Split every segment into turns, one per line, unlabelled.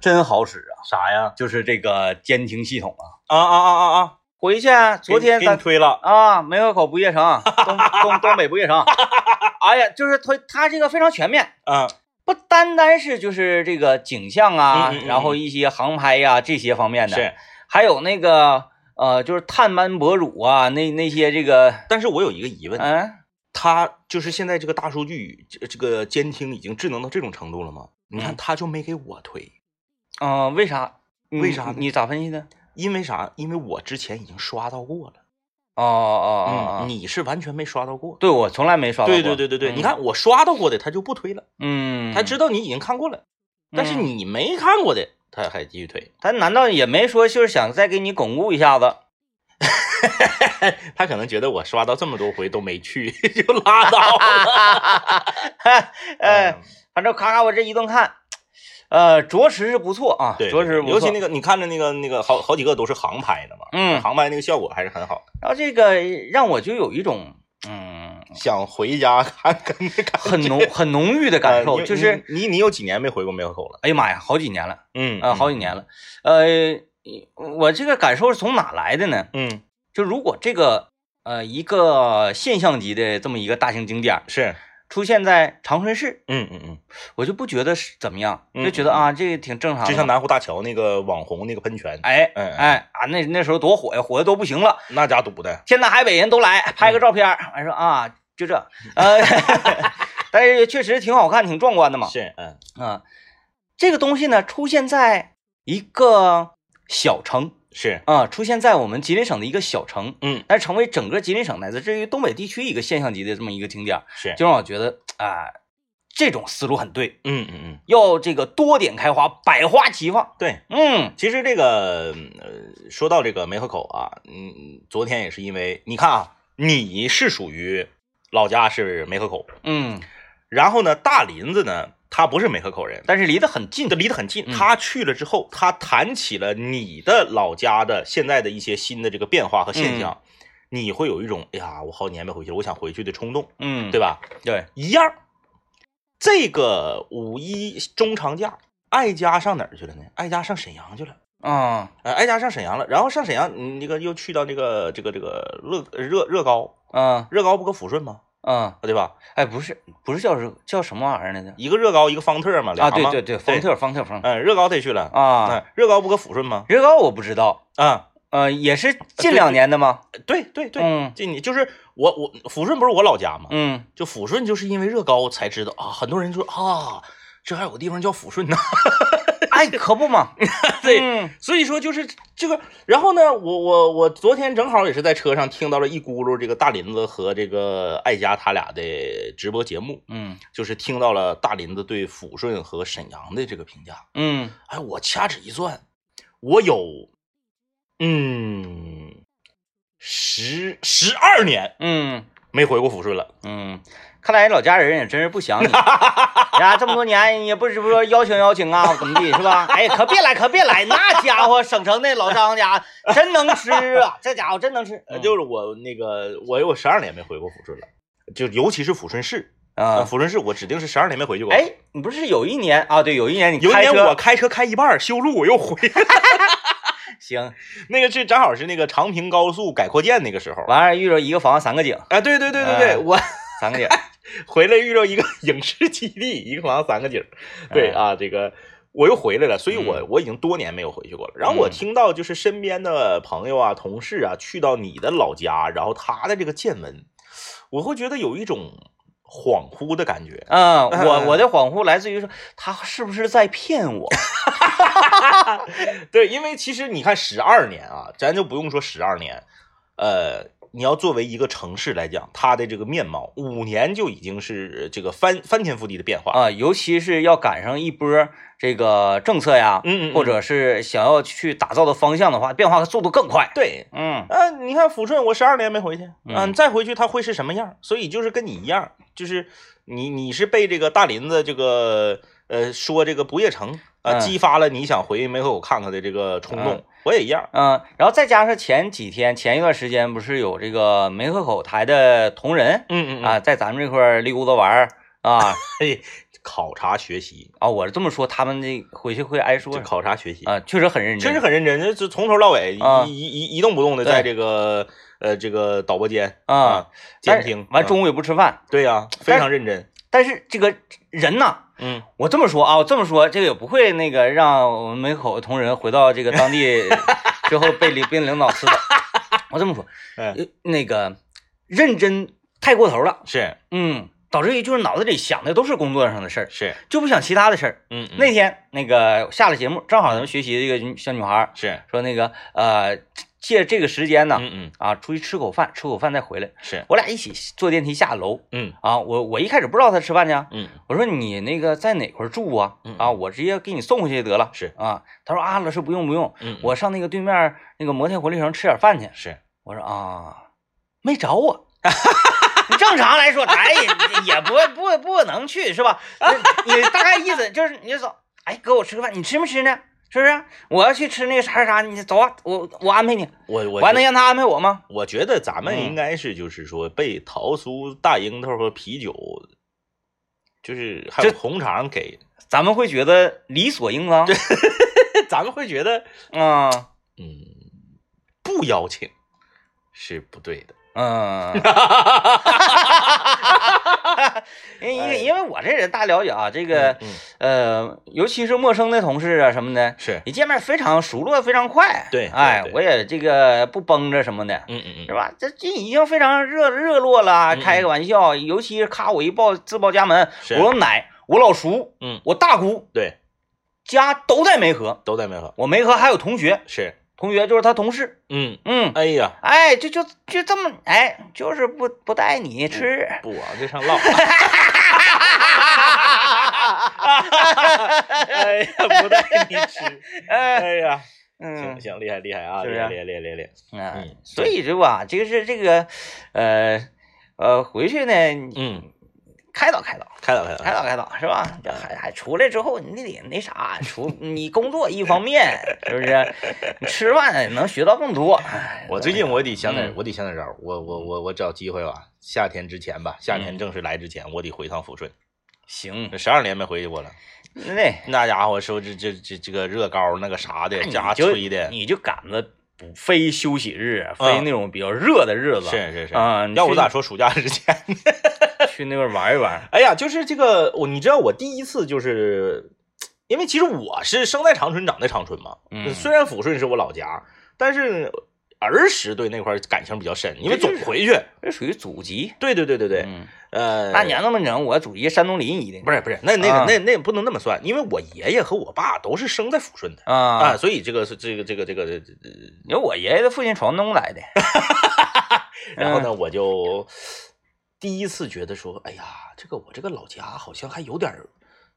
真好使啊！
啥呀？
就是这个监听系统啊。
啊啊啊啊啊！
回去昨天
给你
咱
推了，
啊，梅河口不夜城，东 东东北不夜城。哎呀，就是它它这个非常全面，
嗯
不单单是就是这个景象啊，
嗯嗯嗯
然后一些航拍呀、这些方面的，
是。
还有那个呃，就是探班博主啊，那那些这个
但是我有一个疑问，
嗯。
它就是现在这个大数据这这个监听已经智能到这种程度了吗？你看
嗯
它就没给我推，
嗯、为啥？你
为啥呢
你咋分析的？
因为啥？因为我之前已经刷到过了，
哦哦哦哦，
嗯，你是完全没刷到过。
对我从来没刷到过。
对对对对对，
嗯
你，看我刷到过的，它就不推了，
嗯，
它知道你已经看过了，但是
嗯
你没看过的，它还继续推，
他难道也没说就是想再给你巩固一下子？
它可能觉得我刷到这么多回都没去， 就拉 倒了。
哎，
嗯
反正咔咔我这一顿看，呃，着实是不错啊，
对，
着实是不错。
尤其那个你看着那个那个好好几个都是航拍的嘛，
嗯
航拍那个效果还是很好的，
然后这个让我就有一种嗯
想回家看看那感觉
很 浓很浓郁的感受，
呃
就是
你你你有几年没回过梅河口了？
哎呀妈呀，好几年了
嗯
啊、好几，年了。呃，我这个感受是从哪来的呢？
嗯，
就如果这个呃一个现象级的这么一个大型景点儿
是，
出现在长春市，
嗯嗯嗯，
我就不觉得是怎么样，
嗯
就觉得啊这个挺正常的。
就像南湖大桥那个网红那个喷泉，
哎
嗯嗯
哎啊，那那时候多火呀，火的都不行了。
那家堵的，
天南海北人都来拍个照片儿，完、说啊，就这，呃， 但是确实挺好看，挺壮观的嘛。
是，嗯
啊、这个东西呢，出现在一个小城
是，
啊、出现在我们吉林省的一个小城，
嗯
但是成为整个吉林省乃至至于东北地区一个现象级的这么一个景点儿，
是，
就让我觉得啊、这种思路很对，
嗯嗯嗯，
要这个多点开花，百花齐放。
对。
嗯
其实这个呃，说到这个梅河口啊，嗯，昨天也是因为你看啊，你是属于老家是梅河口，
嗯，
然后呢，大林子呢，他不是梅河口人，
但是离得很近
这。离得很近。
嗯
他去了之后，他谈起了你的老家的现在的一些新的这个变化和现
嗯
象，你会有一种哎呀，我好几年没回去了，我想回去的冲动，
嗯，
对吧？
对，
一样儿，这个五一中长假，艾佳上哪儿去了呢？艾佳上沈阳去了。
啊
呃，艾佳上沈阳了，然后上沈阳，嗯，那个又去到那个这个这个乐热热高，
啊
热高不搁抚顺吗？
啊。
对吧？
哎，不是，不是叫什叫什么玩意儿来着？
一个热高，一个方特嘛，俩
啊，对
嘛
对对，方，特方特方特
嗯，热高他也去了，
啊，
嗯，热高不搁抚顺吗？
人高我不知道，
啊，
呃，也是
对
近两年的吗？
对对对，
嗯
这你就是我我抚顺不是我老家嘛，
嗯，
就抚顺就是因为热高才知道啊，很多人说啊，这还有个地方叫抚顺呢，，
哎，可不嘛
对
嗯
所以说就是这个，然后呢，我我我昨天正好也是在车上听到了一轱辘这个大林子和这个艾佳他俩的直播节目，
嗯
就是听到了大林子对抚顺和沈阳的这个评价，
嗯
哎，我掐指一算，我有，嗯，十十二年
嗯
没回过抚顺了。
嗯，看来老家人也真是不 想你，人家这么多年也不是说邀请邀请啊，怎么地是吧？哎，可别来，可别来，那家伙省城那老张家真能吃啊，这家伙真能吃，
呃，
嗯
就是我那个我有十二年没回过抚顺了，就尤其是抚顺市 呃
啊，
抚顺市我指定是十二年没回去过。，
哎，你不是有一年啊？对，有一年你
有一
开
年
车
我开车开一半儿修路，我又回 来了。
行，
那个是正好是那个长平高速改扩建那个时候。
完了遇着一个房三个井，
啊，对对对对对，
哎
我
三个井。
回来遇到一个 影视基地，一个房三个景儿。对啊，这个我又回来了，所以我、我已经多年没有回去过了。然后我
嗯
听到就是身边的朋友啊、同事啊，去到你的老家，然后他的这个见闻，我会觉得有一种恍惚的感觉。
嗯，我
嗯
我的恍惚来自于说他是不是在骗我？
对，因为其实你看十二年啊，咱就不用说十二年，呃，你要作为一个城市来讲，它的这个面貌，五年就已经是这个翻翻天覆地的变化。
啊、尤其是要赶上一波这个政策呀，
嗯嗯嗯
或者是想要去打造的方向的话，变化速度更快。
对，
嗯
啊，你看抚顺，我十二年没回去，
嗯
啊，你再回去它会是什么样？所以就是跟你一样，就是你你是被这个大林子这个呃说这个不夜城啊、
嗯
激发了你想回梅河口看看的这个冲动，
嗯
我也一样。
嗯、然后再加上前几天前一段时间不是有这个梅河口台的同仁
嗯嗯
啊、在咱们这块儿溜达玩儿啊，
哎，考察学习，
啊、我是这么说，他们这回去会挨说
就
啊、
考察学习，
确实很认真，
确实很认真，这这从头到尾
啊
一一一一动不动的
对
在这个呃这个导播间
啊
监听，啊
完
中
中午也不吃饭，
对呀，非常认真，
但是这个人呐，
嗯，
我这么说啊，我这么说，这个也不会那个让我们梅口同仁回到这个当 地之后被领被领导呲的。我这 么说，
嗯
呃那个认真太过头了，
是
嗯，导致于就是脑子里想的都是工作上的事儿，
是，
就不想其他的事儿。
嗯，嗯
那天那个下了节目，正好咱们学习的一个小女孩儿
是，
说那个呃，借这个时间呢
嗯嗯
啊，出去吃口饭，吃口饭再回来。
是，
我俩一起坐电梯下楼
嗯
啊，我我一开始不知道她吃饭去啊，
嗯
我说你那个在哪块儿住啊
嗯？
啊，我直接给你送回去得了。
是
啊，他说啊，老师不用不用，
嗯，
我上那个对面儿那个摩天活力城吃点饭去。
是
我说啊，没找 我。正常来说，咱也也不不不能去是吧？ 你你大概意思就是，你就走，哎哥，我吃个饭，你吃没吃呢？是不是？我要去吃那个啥啥啥，你走啊，我我安排你。
我我
我还能
觉
让他安排我吗？
我觉得咱们
嗯
应该是就是说被桃酥、大樱桃和啤酒，就是还有
这
红肠给，
咱们会觉得理所应当
咱们会觉得
啊，
嗯不邀请是不对的。
嗯。 因为因为因为我这人大了解啊，这个
哎嗯嗯
呃，尤其是陌生的同事啊什么的，
是，
一见面非常熟络，非常快。
对对
哎
对，
我也这个不绷着什么的，
嗯嗯
是吧？这这已经非常热热络了，啊
嗯嗯
开个玩笑，尤其是咔我一报自报家门，
是
我奶、我老叔、
嗯，
我大姑
对，
家都在梅河，
都在梅河，
我梅河还有同学，
是，
同学就是他同事，
嗯，
嗯，
哎呀，
哎，就就就这么，哎，就是不不带
嗯
你 吃。
不往这上唠，哎呀，不带你吃，
哎，
哎呀，行
嗯
行，厉害厉害啊，
是不
厉
是
害厉害厉害厉害厉害，
嗯
嗯，
所以说吧，就是这个，呃呃，回去呢，你
嗯，
开导开导，
开导开导，
开导开导，是吧？
嗯
这还还出来之后，你得那啥，除你工作一方面是不是？你吃饭能学到更多。哎
我最近我得想点
嗯，
我得想点招儿。我我我我找机会吧，夏天之前吧，夏天正式来之前，我得回趟抚顺。
行，
这十二年没回去过了，
那
那家伙说这这这这个热高那个啥的，
你
家
就
吹的，
你就赶着不非休息日，非
嗯
那种比较热的日子，
是是是
啊你
要
去
不咋说暑假之前？
去那边玩一玩。
哎呀，就是这个我，你知道我第一次就是，因为其实我是生在长春，长在长春嘛。
嗯
虽然抚顺是我老家，但是儿时对那块儿感情比较深，因为
这就
总
是
回去。
这属于祖籍，
对对对对对，
嗯，
呃，
那你要那么整，我祖籍山东临沂的，
不是不是，那那个、
啊
那那也不能那么算，因为我爷爷和我爸都是生在抚顺的
啊？
所以这个是这个这个这呃个，这个
因为我爷爷的父亲闯东来的，
然后呢，
嗯
我就第一次觉得说，哎呀，这个我这个老家好像还有点儿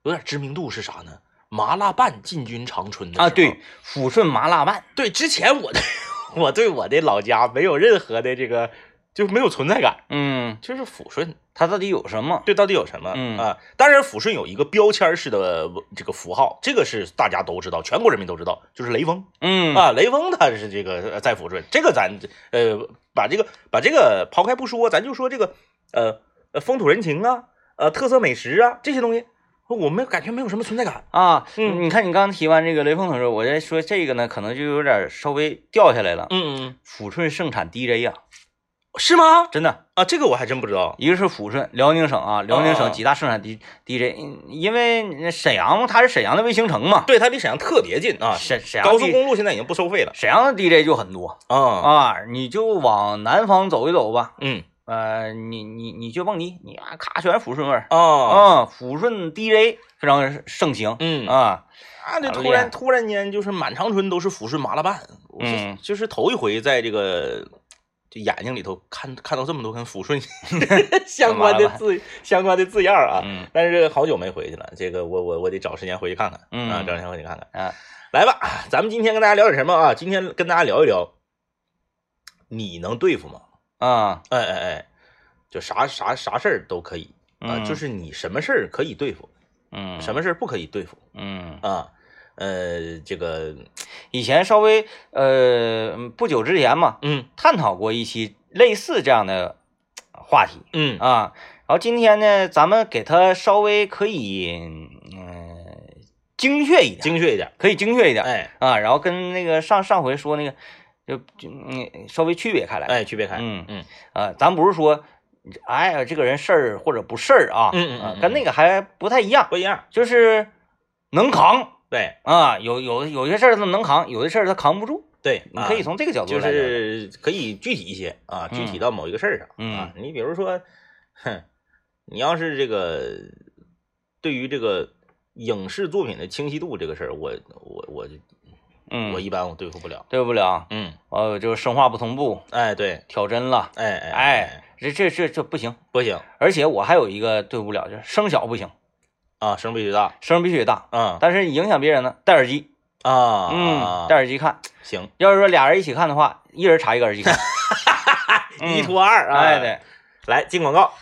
有点知名度是啥呢？麻辣拌进军长春的时候
啊，对，抚顺麻辣拌，
对，之前我对 我对我的老家没有任何的这个就是没有存在感，
嗯，
就是抚顺
它到底有什么？
这到底有什么？
嗯
啊，当然抚顺有一个标签式的文这个符号，这个是大家都知道，全国人民都知道，就是雷锋
嗯
啊，雷锋他是这个呃在抚顺，这个咱呃把这个把这个抛开不说，咱就说这个呃呃风土人情啊，呃特色美食啊这些东西，我们感觉没有什么存在感。
啊，
嗯
你看你刚刚提完这个雷锋同志，我在说这个呢，可能就有点稍微掉下来了。
嗯嗯，
抚顺盛产 DJ 啊，
是吗？
真的，
啊，这个我还真不知道。
一个是抚顺，辽宁省啊，辽宁
啊
省几大盛产 D DJ，因为沈阳它是沈阳的卫星城嘛，
对，它离沈阳特别近啊，
沈沈阳
高速
D-
公路现在已经不收费了
沈阳的 DJ 就很多
啊。
啊，你就往南方走一走吧，
嗯
呃，你你你去蹦迪，你啊咔全是抚顺味儿
啊
啊，抚顺 DJ 非常盛行
嗯
啊，
啊！这
啊
突
厉害
然突然间就是满长春都是抚顺麻辣拌，我是
嗯
就是头一回在这个就眼睛里头看看到这么多 跟抚顺 相关的字相关的字样啊。
嗯
但是好久没回去了，这个我我我得找时间回去看看，
嗯
啊，找时间回去看看。
啊，
来吧，咱们今天跟大家聊点什么啊？今天跟大家聊一聊，你能对付吗？
啊，
哎哎哎，就啥啥啥事儿都可以啊，
嗯
就是你什么事儿可以对付，
嗯，
什么事儿不可以对付
嗯，
啊？呃，这个，
以前稍微呃不久之前嘛，
嗯
探讨过一期类似这样的话题
嗯
啊，然然后今天呢，咱们给它稍微可以，嗯、精确一点，
精确一点。
可以精确一点、
哎
啊。然后跟那个上上回说那个，就就嗯稍微区别开来。
哎，区别开。
嗯
嗯
啊，咱不是说，哎呀，这个人事儿或者不事儿啊，
嗯嗯嗯
啊
嗯
跟那个还不太一样，
不一样。
就是能扛
对
啊，有有有些事儿他能扛，有的事儿他扛不住，
对，
你可以
啊
从这个角度
就
来聊聊。
是可以具体一些啊，具体
嗯
到某一个事儿上啊。你比如说，哼，你要是这个对于这个影视作品的清晰度这个事儿，我我我
嗯，
我一般我对付不了。
对不了，
嗯，
呃，就生化不同步，
哎对，
挑针了，
哎哎
哎，，这这这这不行。
不行
而且我还有一个对不了，就是声小不行，
啊，声必须大
声必须得大，
啊
但是影响别人呢，戴耳机，
啊，
嗯，戴
但
耳机看。
行，
要是说俩人一起看的话，一人插一个耳机 看，嗯
一拖二啊，
哎，对，
来进广告，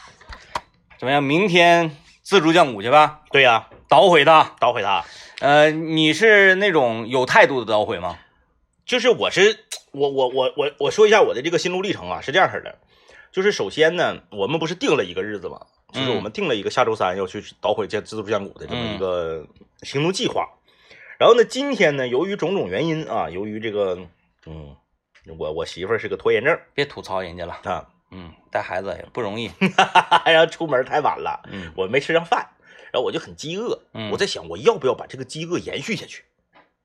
怎么样？明天自助酱骨去吧，
对呀，
捣毁他。
捣毁他。
呃，你是那种有态度的捣毁吗？
就是我是我我我我我说一下我的这个心路历程啊，是这样式的，就是首先呢，我们不是定了一个日子嘛，就是
嗯
我们定了一个下周三要去捣毁这自助酱骨的这么一个行动计划。然后呢，今天呢，由于种种原因啊，由于这个嗯，我我媳妇儿是个拖延症
别吐槽人家了，
啊，
嗯，带孩子也不容易，
然后出门太晚了，
嗯
我没吃上饭，然后我就很饥饿，
嗯
我在想我要不要把这个饥饿延续下去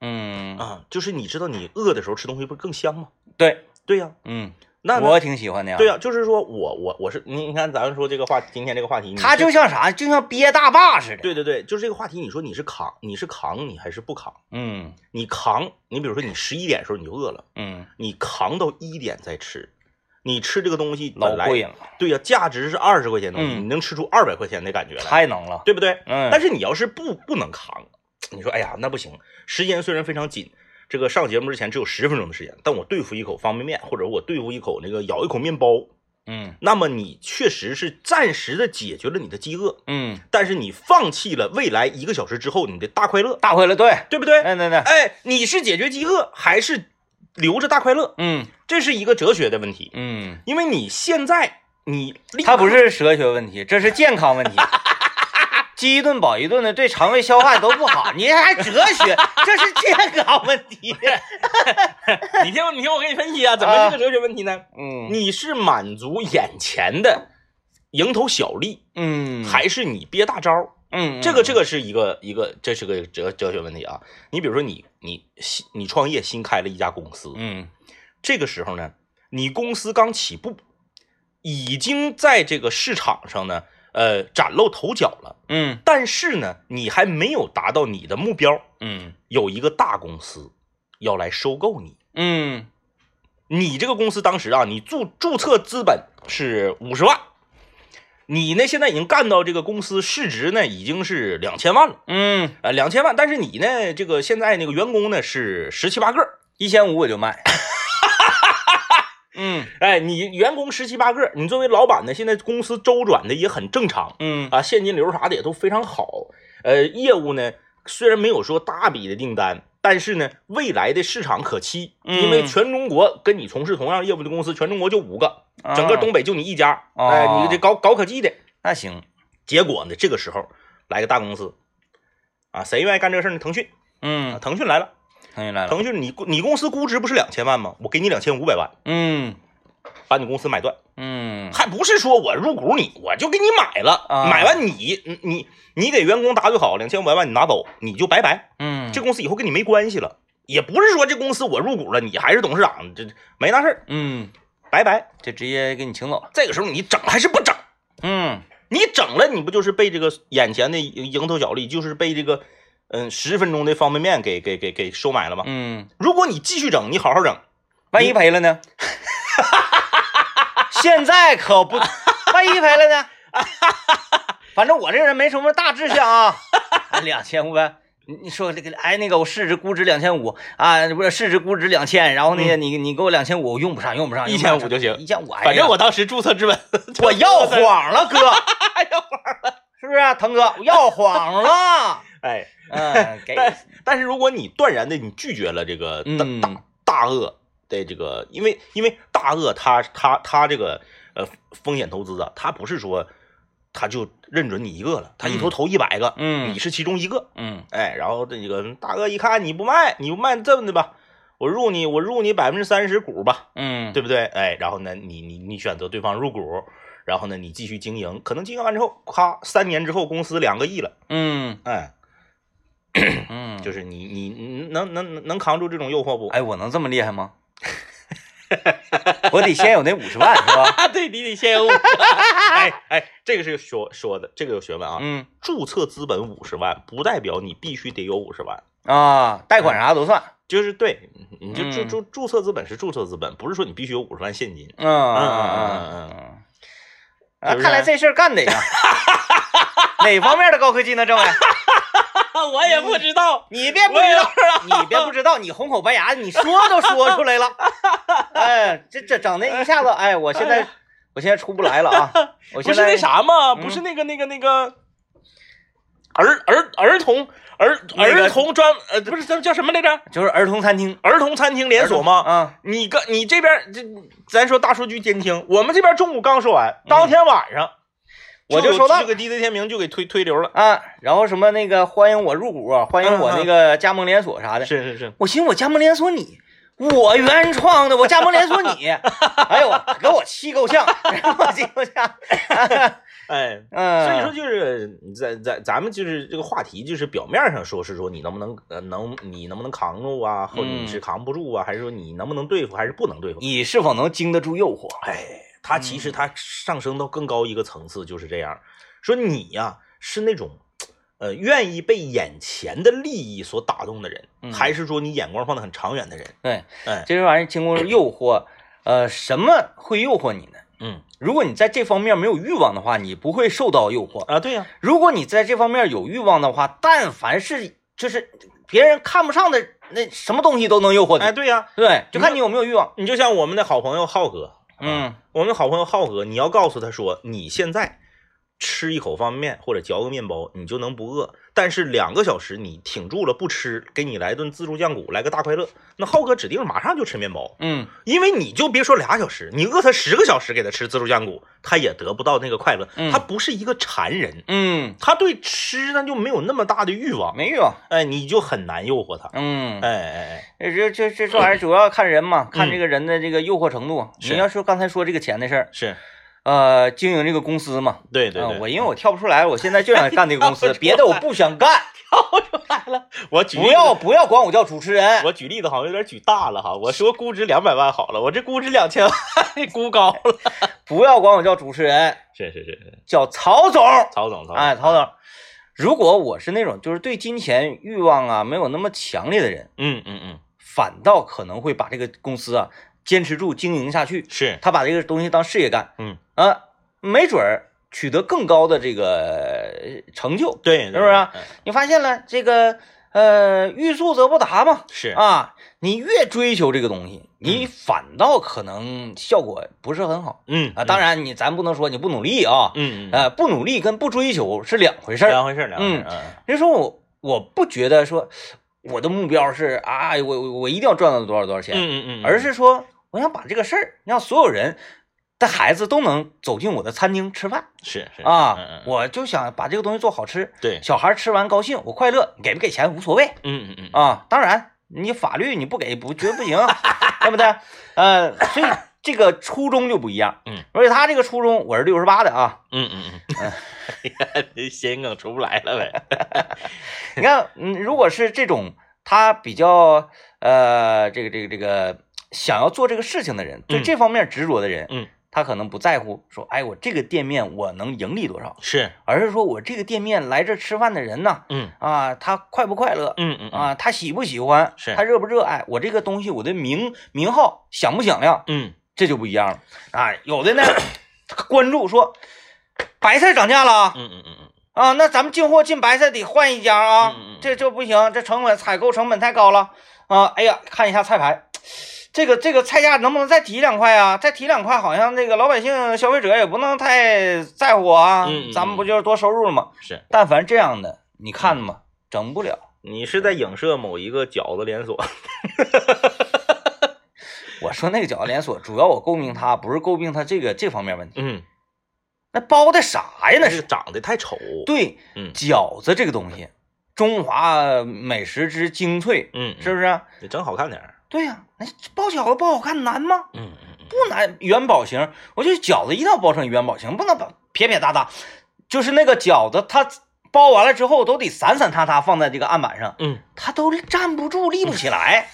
嗯，
啊？就是你知道你饿的时候吃东西不是更香吗？
对，
对呀、
嗯，
那那
我挺喜欢的呀。
对呀、啊就是说我我我是你你看咱们说这个话，今天这个话题，你
他
是
就像啥，就像憋大坝似的。，
对对对，就是这个话题，你说你是扛，你是扛，你还是不扛？
嗯
你扛，你比如说你十一点的时候你就饿了，
嗯，
你扛到一点再吃，你吃这个东西
老
本来
贵了，
对呀、价值是二十块钱的东西，
嗯
你能吃出二百块钱的感觉来，
太能了。
对不对？
嗯，
但是你要是不不能扛，你说哎呀那不行，时间虽然非常紧。这个上节目之前只有十分钟的时间，但我对付一口方便面，或者我对付一口那个咬一口面包，
嗯
那么你确实是暂时的解决了你的饥饿，
嗯，
但是你放弃了未来一个小时之后你的大快乐，
大快乐，对，
对不对？
哎对对，
哎，你是解决饥饿还是留着大快乐？
嗯
这是一个哲学的问题，
嗯，
因为你现在你立
它不
刻
是哲学问题，这是健康问 题。饥一顿饱一顿的，对肠胃消化都不好。你还哲学，这是健康问题。
你听我你听我给你分析啊，怎么是个哲学问题呢？
嗯
你是满足眼前的蝇头小利，
嗯，
还是你憋大招？
嗯
这个这
个
个是一个一个，这是个哲哲学问题啊。你比如说你你新你创业新开了一家公司，
嗯
这个时候呢，你公司刚起步，已经在这个市场上呢，呃，崭露头角了。
嗯
但是呢，你还没有达到你的目标，
嗯
有一个大公司要来收购你。
嗯
你这个公司当时啊，你注注册资本是五十万，你呢现在已经干到这个公司市值呢已经是两千万了，
嗯，
呃，两千万。但是你呢，这个现在那个员工呢是十七八个儿，
一千五我就卖。 嗯
哎，你员工十七八个，你作为老板呢，现在公司周转的也很正常
嗯
啊，现金流啥的也都非常好。呃，业务呢虽然没有说大笔的订单，但是呢，未来的市场可期，
嗯
因为全中国跟你从事同样业务的公司，全中国就五个，整个
啊
东北就你一家。
哦
哎，你这搞搞科技的，
那行，
结果呢，这个时候来个大公司。啊，谁愿意干这个事儿呢？腾讯啊，
嗯，
腾讯来了。
腾讯来了。
腾讯，你你公司估值不是两千万吗？我给你两千五百万，
嗯
把你公司买断。
嗯
还不是说我入股你，我就给你买了，
啊
买完你你你你给员工答对好，两千五百万你拿走，你就拜拜，
嗯，
这公司以后跟你没关系了。也不是说这公司我入股了，你还是董事长，这没那事儿，
嗯，
拜拜。
就直接给你请走了。
这个时候你整还是不整？
嗯
你整了，你不就是被这个眼前的蝇头小利，就是被这个嗯十分钟的方便面给给给给收买了吗？
嗯，
如果你继续整，你好好整，
万一赔了 呢？现在可不，万一赔了 呢？反正我这人没什么大志向啊，两千五百。你你说这个，哎，那个我市值估值两千五啊，不是市值估值两千，然后那个你你给我两千五，我用不上，用不上，
嗯一千五就行
一千五，哎呀
反正我当时注册资本，
我要谎了，哥，
要
谎了，是不是啊，腾哥？我要谎 了，
哎，
嗯， 给，
但但是如果你断然的你拒绝了这个大、
嗯
大大鳄的这个，因为因为大鳄他他他这个呃风险投资啊，他不是说他就认准你一个了，他一头投一百个，
嗯
你是其中一个。
嗯
哎，然后这个大哥一看你不卖，你不卖这么的吧，我入你，我入你百分之三十股吧，
嗯，
对不对？哎，然后呢，你你你选择对方入股，然后呢，你继续经营，可能经营完之后，咔，三年之后公司两个亿了，
嗯
哎，
嗯，
就是是你你你能能能能扛住这种诱惑不？
哎，我能这么厉害吗？我得先有那五十万是吧？
啊，对你得先有五， 哎哎，这个是说说的，这个有学问啊。
嗯
注册资本五十万，不代表你必须得有五十万，
啊，贷款啥都算。
就是对，你就注
嗯
注注册资本是注册资本，不是说你必须有五十万现金。
嗯嗯
嗯嗯 嗯
嗯。
是
啊，
不是
看来这事儿干得呀。 哪方面的高科技呢，政委？
我也不知道，
你别不
我
知
也
道，你别不知道，你红口白牙，你说都说出 来了。哎，这这整的一下子，哎，我现在我现在出不来了 啊！我
不
现
是
在
那啥嘛，
嗯
不是那个那个那个儿儿儿童儿
那个
儿童专呃不是叫叫什么来着？
就是儿童餐厅
儿童餐厅连锁吗？
啊，
你刚你这边这咱说大数据监听，我们这边中午刚说完，当天晚上
我就
有
收到
嗯这个 DJ 天明就给推推流了。
啊，然后什么那个欢迎我入股，啊欢
嗯
迎我那个加盟连锁啥的。
是是是，
我寻思我加盟连锁你，我原创的，我加盟连锁你，哎呦，给我气够呛，给我气够呛。
哎，
嗯，
所以说就是在在咱们就是这个话题，就是表面上说是说你能不能呃能你能不能扛住啊，或者你是扛不住啊，还是说你能不能对付，还是不能对付？
你是否能经得住诱惑？
哎，它其实它上升到更高一个层次就是这样，说你呀、是那种。呃，愿意被眼前的利益所打动的人，
嗯
还是说你眼光放得很长远的人？
对，
哎
这玩意儿经过诱惑，呃，什么会诱惑你呢？
嗯
如果你在这方面没有欲望的话，你不会受到诱惑；
啊，对呀、
如果你在这方面有欲望的话，但凡是就是别人看不上的那什么东西都能诱惑你，
哎，对呀、
对，就看你有没有欲望。
你就像我们的好朋友浩哥，啊，
嗯
我们的好朋友浩哥，你要告诉他说，你现在吃一口方便面或者嚼个面包，你就能不饿，但是两个小时你挺住了不吃，给你来顿自助酱骨，来个大快乐，那浩哥指定马上就吃面包，
嗯，
因为你就别说俩小时，你饿他十个小时给他吃自助酱骨，他也得不到那个快乐，
嗯
他不是一个馋人。
嗯，
他对吃呢就没有那么大的欲望，
没欲望。
哎，你就很难诱惑他。
嗯，
哎哎
这这这这玩意儿主要看人嘛，看这个人的这个诱惑程度。
嗯是
你要说刚才说这个钱的事
哎，
儿，
是
呃，经营这个公司嘛，
对对
啊
对，
我因为我跳不出来，我现在就想干这个公
跳
司，
不出来
别的我不想 干，
我举例
不要不要管我叫主持人。
我举例子好像有点举大了哈，我说估值两百万好了，我这估值两千万， 估高了。
不要管我叫主持人，
是是是是，
叫曹总。
曹总，曹总，
哎，曹总，如果我是那种就是对金钱欲望啊没有那么强烈的人，
嗯嗯嗯，
反倒可能会把这个公司啊坚持住经营下去，
是，
他把这个东西当事业干。
嗯
啊，没准儿取得更高的这个呃成就。
对，
是不是啊
嗯
你发现了这个呃欲速则不达嘛？
是
啊，你越追求这个东西，你反倒可能效果不是很好
嗯
啊。当，然你，咱不能说你不努力啊，
嗯嗯，啊嗯
呃，不努力跟不追求是两回事儿。
两回事儿，两回事儿，嗯
人说我我不觉得说我的目标是啊，我我我一定要赚到多少多少钱，
嗯嗯嗯，
而是说我想把这个事儿让所有人的孩子都能走进我的餐厅吃饭
是是嗯
啊
嗯，嗯
我就想把这个东西做好吃，
对，
小孩吃完高兴，我快乐，给不给钱无所谓
嗯嗯嗯，
啊。当然，你法律你不给不绝不行， 对不对？呃，所以这个初衷就不一样。
嗯，
而且他这个初衷，我是六十八的啊。
嗯嗯嗯，哎呀，这谐音梗出不来了 呗，
你看，嗯，如果是这种他比较呃，这个这个这个想要做这个事情的人，对
嗯
这方面执着的人，
嗯，
他可能不在乎说，哎，我这个店面我能盈利多少，
是，
而是说我这个店面来这儿吃饭的人呢，
嗯
啊，他快不快乐，
嗯嗯，
啊，他喜不喜欢，
是
他热不热爱我这个东西，我的名名号响不响亮，
嗯，
这就不一样了啊。有的呢， 关注说白菜涨价了啊
嗯嗯嗯嗯，
啊，那咱们进货进白菜得换一家啊，
嗯嗯嗯
这这不行，这成本采购成本太高了啊。哎呀，看一下菜牌。这个这个菜价能不能再提两块啊？再提两块，好像这个老百姓消费者也不能太在乎啊。
嗯嗯嗯
咱们不就是多收入了吗？
是嗯
但凡这样的，你看嘛，整不了。
你是在影射某一个饺子连锁，
我说那个饺子连锁，主要我诟病他不是诟病他这个这方面问题，
嗯
那包的啥呀？那
这个
是
长得太丑。
对，
嗯
饺子这个东西，中华美食之精粹，
嗯，
是不啊是？
你整好看点儿。
对呀、那包饺子不好看难吗？
嗯嗯嗯，
不难，元宝形，我觉得饺子一定要包成元宝形，不能把撇撇搭搭。就是那个饺子，它包完了之后都得散散塌塌放在这个案板上，
嗯，
它都站不住，立不起来。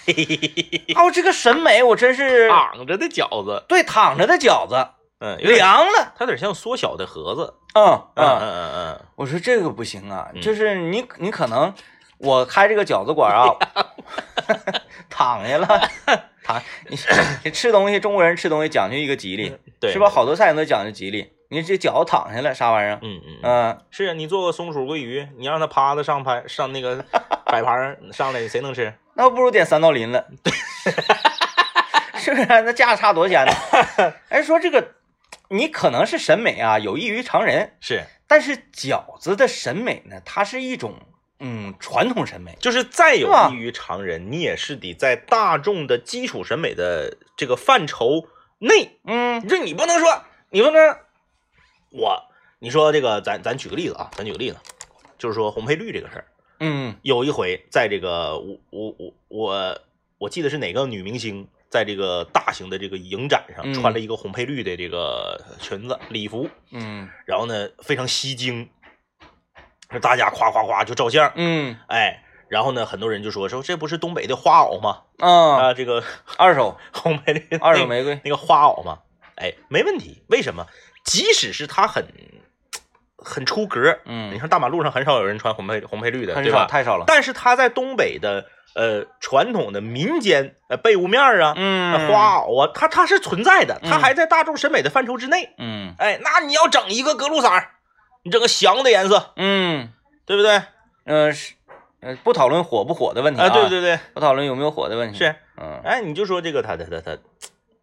哦，这个审美我真是
躺着的饺子，
对躺着的饺子
嗯，啊有点，
凉了。
它有点像缩小的盒子。
嗯
嗯
嗯，
嗯嗯嗯，
我说这个不行啊，
嗯
就是你你可能我开这个饺子馆 啊，躺下了，躺你你吃东西，中国人吃东西讲究一个吉利。
嗯对，
是吧？？好多菜都讲究吉利，你这脚躺下了啥玩意儿？
嗯嗯嗯，
嗯、
是啊，你做个松鼠桂鱼，你让它趴着上盘上那 个摆盘儿上来，谁能吃？
那不如点三道鳞了， 是不是？啊那价差多少钱呢？ 哎，说这个，你可能是审美啊有益于常人，
是，
但是饺子的审美呢，它是一种嗯传统审美，
就是再有
是吧
益于常人，你也是得在大众的基础审美的这个范畴内，
嗯
这你不能说，你不能说我，你说这个，咱咱举个例子啊，咱举个例子，就是说红配绿这个事儿，
嗯
有一回在这个我我我我我记得是哪个女明星。在这个大型的这个影展上，
嗯
穿了一个红配绿的这个裙子礼服，
嗯
然后呢非常吸睛，大家夸夸夸就照相，
嗯
哎，然后呢很多人就说说这不是东北的花袄吗？
啊，
啊，这个
二手
红玫瑰
二手玫瑰，
那个花袄嘛，哎，没问题。为什么？即使是它很很出格，你
嗯，
看大马路上很少有人穿红配红配绿的，
很
对
少
吧？
太少了，
但是它在东北的呃传统的民间呃被褥面儿啊、
嗯
花袄啊，它它是存在的，它
嗯
还在大众审美的范畴之内。
嗯
哎，那你要整一个格鲁色儿，你整个翔的颜色，
嗯
对不对？啊、
呃是呃不讨论火不火的问题啊，
对对对，
不讨论有没有火的问题，
是。
嗯
哎，你就说这个他他他他，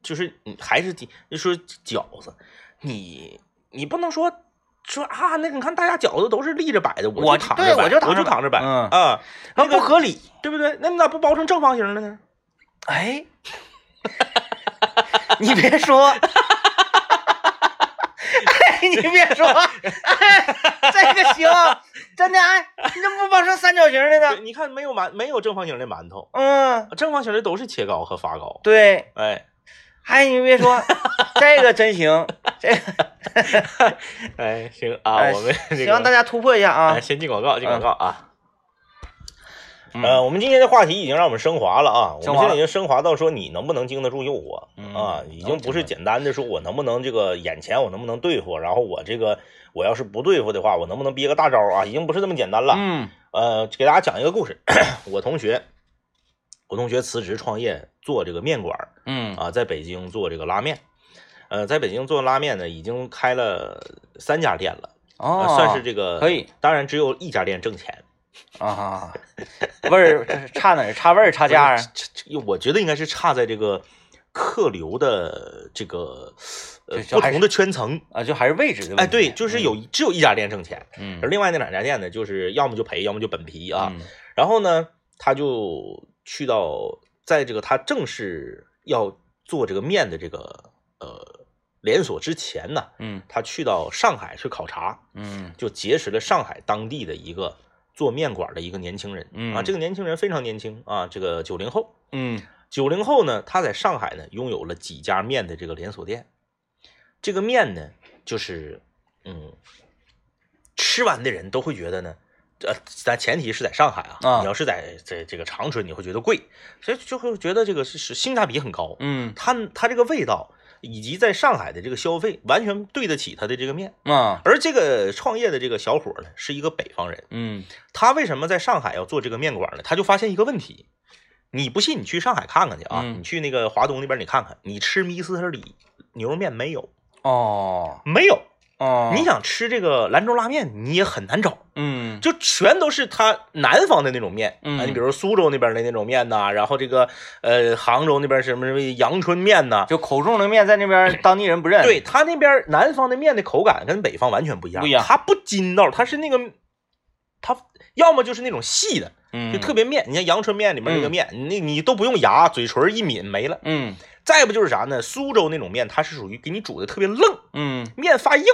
就是你还是得就说饺子，你你不能说说啊，那个你看大家饺子都是立着摆的，
我
就躺
对
着
我
摆，我
就躺着摆
躺着摆，
嗯
啊，
那
那个
不合理。
对不对？那你咋不包成正方形了呢？
哎，你别说， 哎，你别说， 哎，这个行，真的，哎，你怎么不包成三角形的
对，
呢？
你看没有馒没有正方形的馒头，
嗯，
正方形的都是切糕和发糕。
对，
哎
哎，你别说，这个真行，这个
哎，行啊，
哎
我们这
希望大
个
家突破一下啊
哎，。先进广告，进广
嗯
告啊。
嗯
呃，我们今天的话题已经让我们升华了啊，我
升
们
华
现
了
在已经升华到说你能不能经得住诱惑、
嗯
啊，已经
能
不是
经得住
简单的说我能不能这个眼前我能不能对付，然后我这个我要是不对付的话，我能不能憋个大招啊，已经不是这么简单了。
嗯
呃，给大家讲一个故事， 我同学，我同学辞职创业做这个面馆儿
嗯
啊，在北京做这个拉面，呃，在北京做拉面呢，已经开了三家店了，
哦
呃，算是这个
可以，
当然只有一家店挣钱。
啊，味儿这是差哪儿？差味儿差价啊？
这这，我觉得应该是差在这个客流的这个呃
就就
不
还是
同的圈层。
啊，就还是位置的问题。
哎，对，就是有一只有一家店挣钱，
嗯，
而另外那两家店呢，就是要么就赔，要么就本皮啊。
嗯
然后呢，他就去到在这个他正式要做这个面的这个呃连锁之前呢，
嗯
他去到上海去考察，
嗯
就结识了上海当地的一个做面馆的一个年轻人。
嗯
啊，这个年轻人非常年轻啊，这个九零后。
嗯
九零后呢，他在上海呢拥有了几家面的这个连锁店。这个面呢，就是嗯，吃完的人都会觉得呢，呃，咱前提是在上海啊，
啊
你要是在在这个长春，你会觉得贵，所以就会觉得这个是是性价比很高。
嗯
它它这个味道以及在上海的这个消费，完全对得起它的这个面。
啊
而这个创业的这个小伙呢，是一个北方人，
嗯
他为什么在上海要做这个面馆呢？他就发现一个问题，你不信你去上海看看去啊，
嗯
你去那个华东那边你看看，你吃米斯特里牛肉面没有？
哦
没有，
哦，
你想吃这个兰州拉面你也很难找，
嗯
就全都是他南方的那种面，
嗯
啊，你比如苏州那边的那种面呐、然后这个呃杭州那边什么什么阳春面呐、
就口中的面在那边当地人不认，
对，他那边南方的面的口感跟北方完全不一样，
不一样
它不筋道，它是那个，它要么就是那种细的，
嗯，
就特别面。你像阳春面里面那个面，那你都不用牙，嘴唇一抿没了。
嗯
再不就是啥呢？苏州那种面，它是属于给你煮的特别愣，
嗯
面发硬，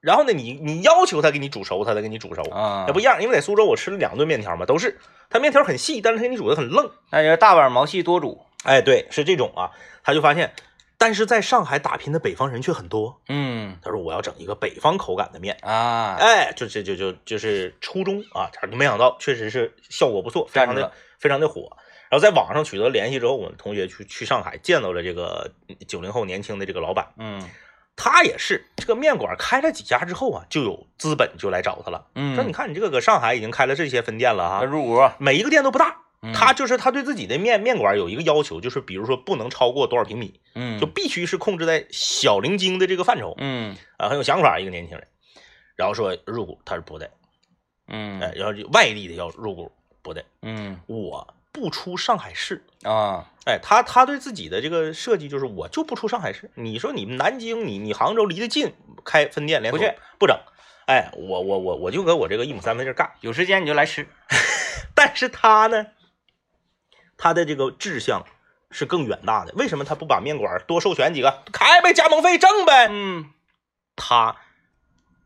然后呢，你你要求他给你煮熟，他才给你煮熟，
啊
也不一样。因为在苏州，我吃了两顿面条嘛，都是他面条很细，但是他给你煮的很愣。
那就是大碗毛细多煮。
哎，对，是这种啊。他就发现，但是在上海打拼的北方人却很多。
嗯
他说我要整一个北方口感的面，
啊，
哎，就这就就就是初衷啊，他就没想到，确实是效果不错，非常
站住
的
了
非常的火。然后在网上取得联系之后，我们同学去去上海见到了这个九零后年轻的这个老板，
嗯
他也是这个面馆开了几家之后啊，就有资本就来找他了，
嗯，
说你看你这个搁上海已经开了这些分店了
他
哈，
入股，
每一个店都不大，
嗯
他就是他对自己的面面馆有一个要求，就是比如说不能超过多少平米，
嗯
就必须是控制在小零精的这个范畴
嗯
啊，很有想法一个年轻人。然后说入股，他说不对，哎
嗯，
然后就外地的要入股不对，
嗯
我不出上海市。
啊
哎，他他对自己的这个设计就是，我就不出上海市。你说你们南京，你你杭州离得近，开分店连锁
不去
不整。哎，我我我我就搁我这个一亩三分地儿干。
有时间你就来吃。
但是他呢，他的这个志向是更远大的。为什么他不把面馆多授权几个，开呗，加盟费挣呗？
嗯
他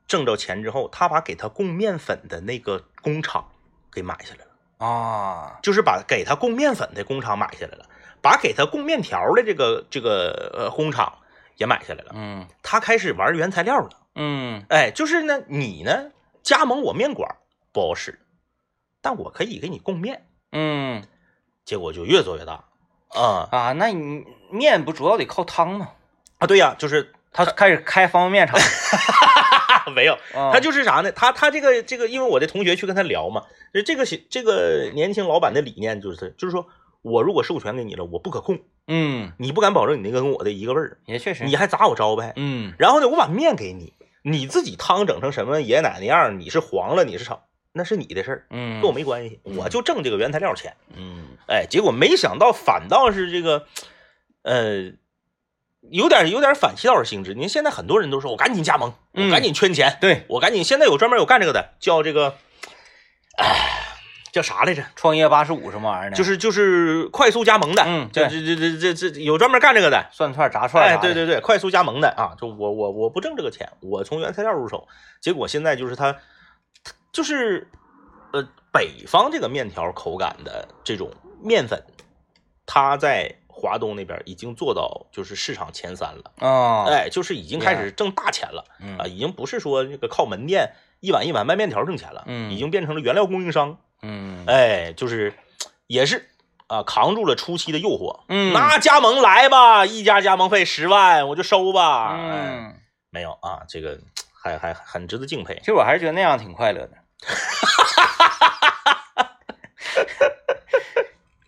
挣着钱之后，他把给他供面粉的那个工厂给买下来了，
啊，
就是把给他供面粉的工厂买下来了，把给他供面条的这个这个呃工厂也买下来了。
嗯
他开始玩原材料了。
嗯
哎，就是呢，你呢加盟我面馆不好使，但我可以给你供面。
嗯
结果就越做越大。啊、
啊，那你面不主要得靠汤吗？
啊，对呀、就是
他开始开方便面厂，
啊，没有，
他
他就是啥呢？他他这个这个，因为我的同学去跟他聊嘛，就这个这个年轻老板的理念就是，就是说我如果授权给你了，我不可控，
嗯，
你不敢保证你那个跟我的一个味儿，
也确实，
你还砸我招牌。
嗯
然后呢，我把面给你，你自己汤整成什么爷爷奶奶样儿，你是黄了，你是炒，那是你的事儿，
嗯，
跟我没关系，我就挣这个原材料钱。
嗯
哎，结果没想到反倒是这个，呃，有点有点反其道而行之。您现在很多人都说我赶紧加盟，我
嗯
赶紧圈钱，
对
我赶紧现在有专门有干这个的，叫这个，哎，叫啥来着？
创业八十五什么玩意儿呢？
就是就是快速加盟的，
嗯
这
对
这这这这这有专门干这个的。
涮串炸串啥
哎，
的，
对对对，快速加盟的啊，就我我我不挣这个钱，我从原材料入手，结果现在就是他，他就是呃北方这个面条口感的这种面粉，它在华东那边已经做到就是市场前三了，
啊，
哎，就是已经开始挣大钱了
嗯
啊，已经不是说这个靠门店一碗一碗卖面条挣钱了，
嗯
已经变成了原料供应商，
嗯
哎，就是也是啊，扛住了初期的诱惑，
嗯，
那加盟来吧，一家加盟费十万，我就收吧。哎，
嗯，
没有啊，这个还还很值得敬佩
其。实我还是觉得那样挺快乐的。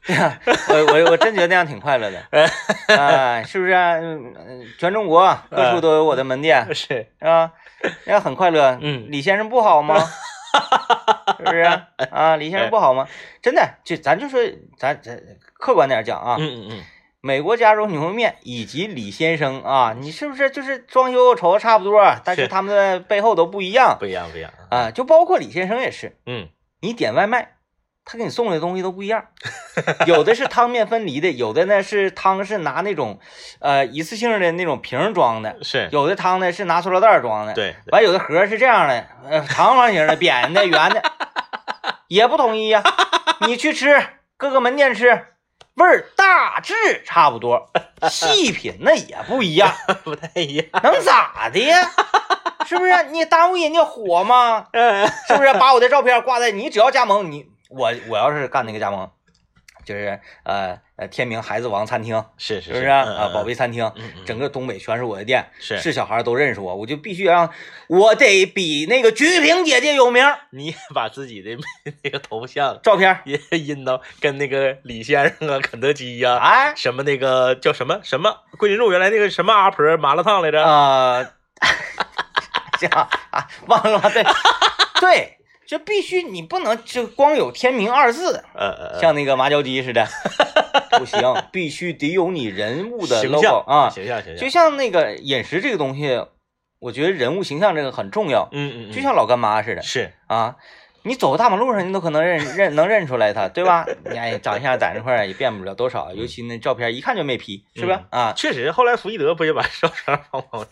对呀，我我我真觉得那样挺快乐的， 哎，是不是啊、嗯嗯全中国各处都有我的门店，
是，
是吧？那样很快乐。
哎嗯
李先生不好吗？ 是不是啊啊？李先生不好吗？
哎
真的，就咱就说，咱咱客观点讲啊，
嗯嗯嗯，
美国加州牛肉面以及李先生啊，你是不是就是装修瞅着差不多，但
是
是他们的背后都不一样
不一样不一样。
啊？就包括李先生也是，
嗯，
你点外卖，他给你送的东西都不一样，有的是汤面分离的，有的呢是汤是拿那种呃一次性的那种瓶儿装的，
是，
有的汤呢是拿塑料袋儿装的，
对，对
完有的盒是这样的，呃，长方形的、扁的、圆的，也不统一呀、你去吃各个门店吃，味儿大致差不多，细品那也不一样，
哎不太一 样。
能咋的呀？是不是？你耽误人家火吗？
嗯
是不是？把我的照片挂在你只要加盟，你我我要是干那个加盟，就是呃呃天明孩子王餐厅，
是
是
是
不
是
是啊？啊宝，贝
嗯
餐厅，
嗯嗯，
整个东北全是我的店。
是
是小孩儿都认识我，我就必须让我得比那个菊萍姐姐有名儿。
你把自己的 那个头像
照片儿，
也印到跟那个李先生啊、肯德基呀、
哎，
什么那个叫什么什么桂林路原来那个什么阿婆麻辣烫来着？
呃， 这样啊，忘了吧？对，对，就必须你不能就光有天明二字，
呃呃，呃
像那个麻椒鸡 似的，不行，必须得有你人物的
形
logo
象
啊。
形象形象
就，像那个饮食这个东西，我觉得人物形象这个很重要，
嗯嗯，嗯
就像老干妈似的
是
啊。你走大马路上，你都可能认认能认出来他，对吧？你哎，长相在那块儿也变不了多少，尤其那照片一看就没 P，是吧？啊，
确实，后来福一德不也把烧伤放包了？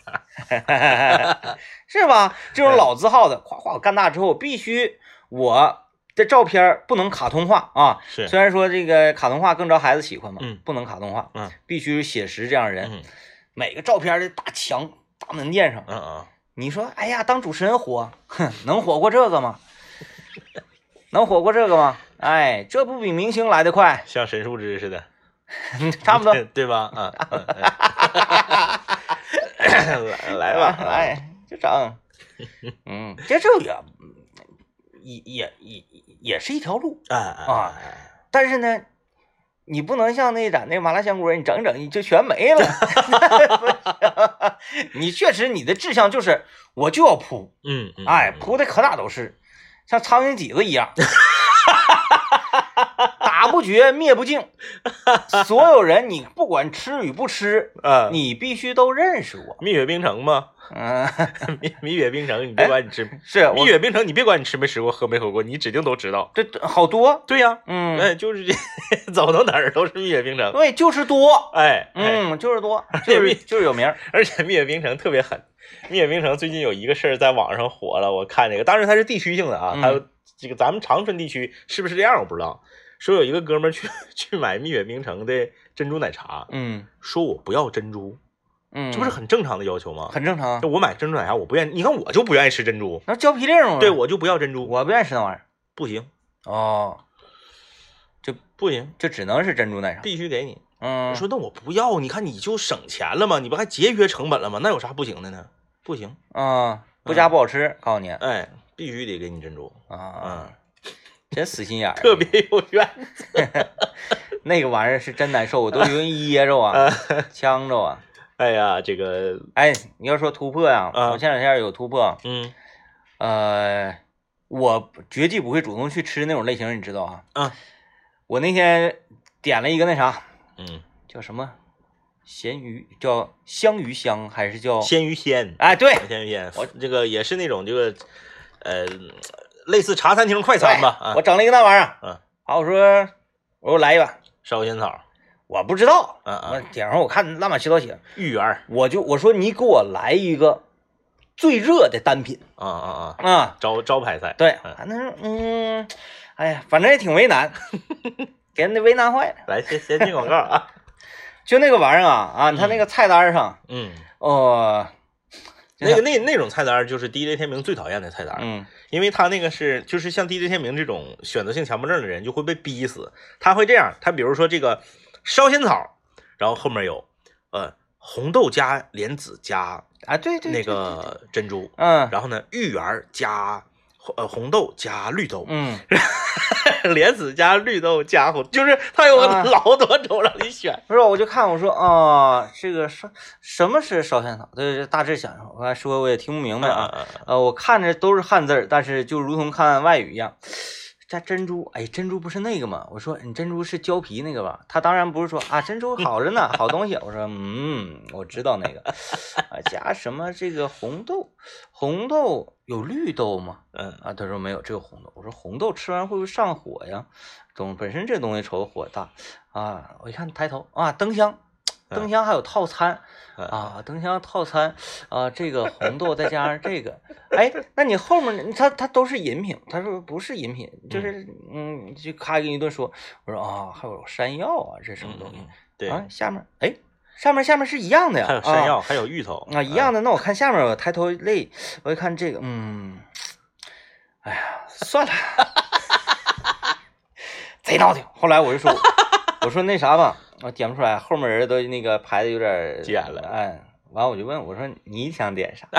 是吧？这种老字号的，夸夸我干大之后，必须我的照片儿不能卡通化啊。
是，
虽然说这个卡通化更招孩子喜欢嘛，
嗯
不能卡通化，
嗯
必须是写实这样的人。
嗯
每个照片的大墙、大门店上，
嗯嗯，
你说，哎呀，当主持人火，哼，能火过这个吗？能火过这个吗？哎，这不比明星来的快，
像神树枝似的，
差不多。
对对吧？ 啊，嗯嗯来来 吧，啊，
来哎就整。嗯，这这也也也也也是一条路，
啊
啊，但是呢，你不能像那咱那麻辣香锅，你整整你就全没了。 你确实你的志向就是我就要扑，
嗯，嗯
哎，
嗯
扑的可哪都是，像苍蝇几子一 样，打不绝，灭不尽。所有人你不管吃与不吃，
啊，
你必须都认识我。
蜜雪冰城吗？
嗯，
蜜蜜雪冰城，你别管你吃，
是我
蜜雪冰城，你别管你吃没吃过，喝没喝过，你指定都知道。
这这好多，
对呀，
嗯，
哎，就是这， 走到哪儿都是蜜雪冰城。
对，就是多，
哎，哎，
嗯，就是多，就是就是有名儿，
而且蜜雪冰城特别狠。蜜雪冰城最近有一个事儿在网上火了，我看这个，当然它是地区性的啊，
嗯
还有这个咱们长春地区是不是这样我不知道。说有一个哥们儿去 去买蜜雪冰城的珍珠奶茶，
嗯
说我不要珍珠，
嗯，
这不是很正常的要求吗？
很正常啊
就。我买珍珠奶茶，我不愿意，你看我就不愿意吃珍珠，
那胶皮令吗？
对我就不要珍珠，
我不愿意吃那玩意儿。
不行
哦，
不行，
就只能是珍珠奶茶。
必须给你。
嗯，
说那我不要，你看你就省钱了嘛，你不还节约成本了吗？那有啥不行的呢？不行，
嗯，不加不好吃，告诉你
哎，必须得给你珍珠，嗯
啊，，真死心眼儿。
特别有缘。
那个玩意儿是真难受，我都容易噎 着啊，
呃
呛着啊。
哎呀，这个，
哎，你要说突破呀，
啊
我前两天有突破，
嗯
呃，我绝技不会主动去吃那种类型，你知道啊？
啊，
我那天点了一个那啥，
嗯，
叫什么咸鱼，叫香鱼香还是叫？
鲜鱼鲜，
哎，对，
鲜鱼鲜，
我
这个也是那种这个，呃，类似茶餐厅快餐吧，
对
啊
我，整了一个那玩意儿，
嗯，
好，我说我说来一碗，
烧仙草，
我不知道，
嗯
我
嗯，
点上我看拉满七道血，
芋圆儿，
我就我说你给我来一个最热的单品
啊啊啊，
啊，
招招牌菜，
对，
嗯
反正嗯，哎呀，反正也挺为难， 给人家为难坏了。
来先先进广 告啊，
就那个玩意儿啊啊，他那个菜单上，
嗯，
哦，
那个那那种菜单儿就是 DJ 天明最讨厌的菜单儿，
嗯
因为他那个是就是像 DJ 天明这种选择性强迫症的人就会被逼死，他会这样，他比如说这个烧仙草，然后后面有呃红豆加莲子加
啊，对对
那
对，
个珍珠，
嗯
然后呢芋圆儿加呃红豆加绿豆，
嗯，
莲子加绿豆加红，就是他有
啊
老多种让你选，
不是，我就看我说啊，这个烧什么是烧仙草？对，对大致想想，我还说我也听不明
嗯
白啊。呃，我看着都是汉字儿，但是就如同看外语一样。这珍珠，哎，珍珠不是那个吗？我说你嗯珍珠是胶皮那个吧？他当然不是说啊，珍珠好着呢，好东西。我说嗯，我知道那个。 啊，加什么这个红豆？红豆有绿豆吗？
嗯
啊，他说没有，只有红豆。我说红豆吃完会不会上火呀？总本身这东西瞅着火大啊！我一看抬头啊，灯箱，灯箱还有套餐
嗯
啊，灯箱套餐啊，这个红豆再加上这个，哎，那你后面它它都是饮品，他说不是饮品，就是嗯，就咔给你一顿说，我说啊，还有山药啊，这什么东
嗯嗯
西
对，
啊？下面哎，上面下面是一样的呀，
还有山
啊
药，还有芋头
啊，一样的。那我看下面，我抬头累，我一看这个，嗯，哎呀，算了， 贼闹挺。后来我就说， 我说那啥吧，我点不出来，后面人都那个排的有点儿
急眼了
哎，完了我就问我说你想点啥？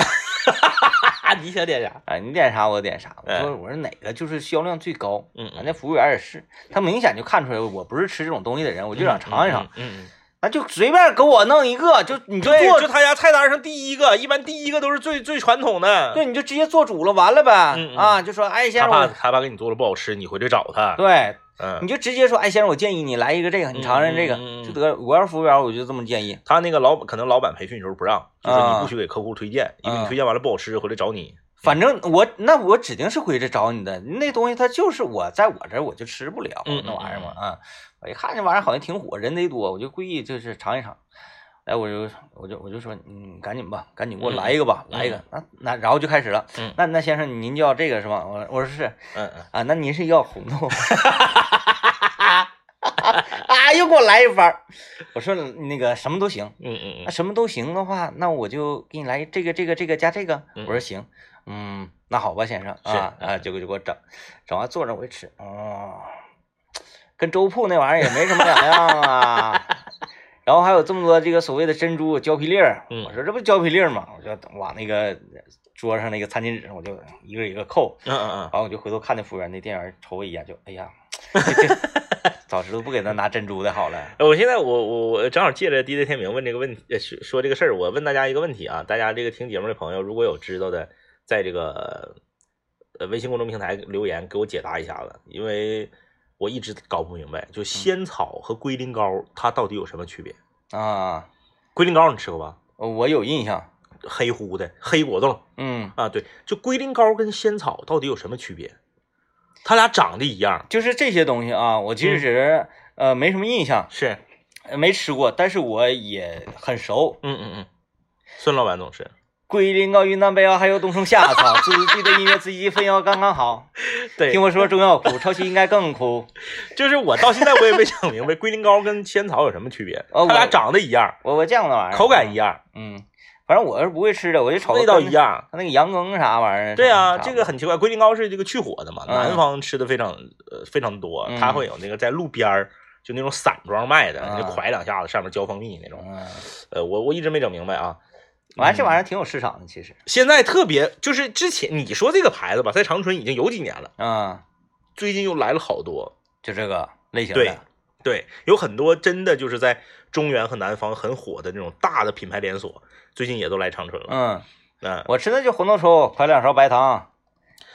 啊，你想点啥？
啊，你点啥我点啥。我
哎
说我说哪个就是销量最高？
嗯
俺那服务员也是，他明显就看出来我不是吃这种东西的人，我就想尝一尝，，
嗯嗯。
那就随便给我弄一个，就你就
对，
做
就他家菜单上第一个，一般第一个都是最最传统的。，
对，你就直接做主了，完了呗。
嗯嗯
啊，就说哎，先
他
生
怕
我，
他怕给你做的不好吃，你回去找他。
对，你
嗯，
就直接说，哎，先生，我建议你来一个这个，你尝尝这个、
嗯嗯嗯嗯
就得了。我要是服务员，我就这么建议。
他那个老可能老板培训的时候不让，就说
啊
你不许给客户推荐，因为
啊
你推荐完了不好吃，回来找你。
反正我那我指定是回去找你的，那东西它就是我在我这儿我就吃不了
嗯
那玩意儿嘛啊！我一看这玩意儿好像挺火，人贼多，我就故意就是尝一尝。哎，我就我就我就说，嗯，赶紧吧，赶紧给我
嗯
来一个吧，
嗯
来一个。那那然后就开始了。
嗯
那那先生您要这个是吧？我我说是
嗯嗯，
啊，那您是要红豆？ 啊，又给我来一番儿。 我说那个什么都行，
嗯嗯
那什么都行的话，那我就给你来这个这个这个加这个。
嗯
我说行，嗯，那好吧，先生
是
啊啊，就给就给我整，整完坐着我一吃，哦，跟粥铺那玩意儿也没什么两样啊。 然后还有这么多这个所谓的珍珠胶皮粒儿，
嗯
我说这不胶皮粒儿吗？我就往那个桌上那个餐巾纸，我就一个一个扣，
嗯嗯嗯，
完我就回头看那服务员，那店员瞅我一眼就，哎呀， 这这早知道不给他拿珍珠的好了。
呃我现在我我我正好借着 DJ 天明问这个问题，呃说说这个事儿，我问大家一个问题啊，大家这个听节目的朋友，如果有知道的，在这个呃微信公众平台留言给我解答一下子，因为我一直搞不明白，就仙草和龟苓膏它到底有什么区别？
啊，呃
龟苓膏你吃过吧？
我有印象，
黑乎的黑果冻
嗯，
啊，对，就龟苓膏跟仙草到底有什么区别？它俩长得一样，
就是这些东西啊，我
嗯
其实、呃没什么印象，
是，
呃没吃过，但是我也很熟。
嗯嗯嗯，孙老板总是，
桂林高云南白药还有冬虫夏草，自制的音乐自己分药刚刚好。
对
听我说中药苦，抄袭应该更苦。
就是我到现在我也没想明白龟苓膏跟仙草有什么区别，
哦
它俩
我
长得一样，
我我见过那玩意儿，
口感一样，
嗯，反正我是不会吃的，我就瞅
味道一。样。
它那个羊羹啥玩意儿？
对啊，
啥
这个很奇怪，龟苓膏是这个去火的嘛，
嗯
南方吃的非常呃非常多，它
嗯
会有那个在路边儿就那种散装卖的，
啊
就㧟两下子上面浇蜂蜜那种。
嗯，
呃，我我一直没整明白啊。
完这玩意儿挺有市场的，其实。
现在特别就是之前你说这个牌子吧，在长春已经有几年了，
嗯，
最近又来了好多。
就这个类型
对
的。
对，有很多真的就是在中原和南方很火的那种大的品牌连锁，最近也都来长春了。
嗯，
嗯，
我吃的就红豆粥，㧟两勺白糖，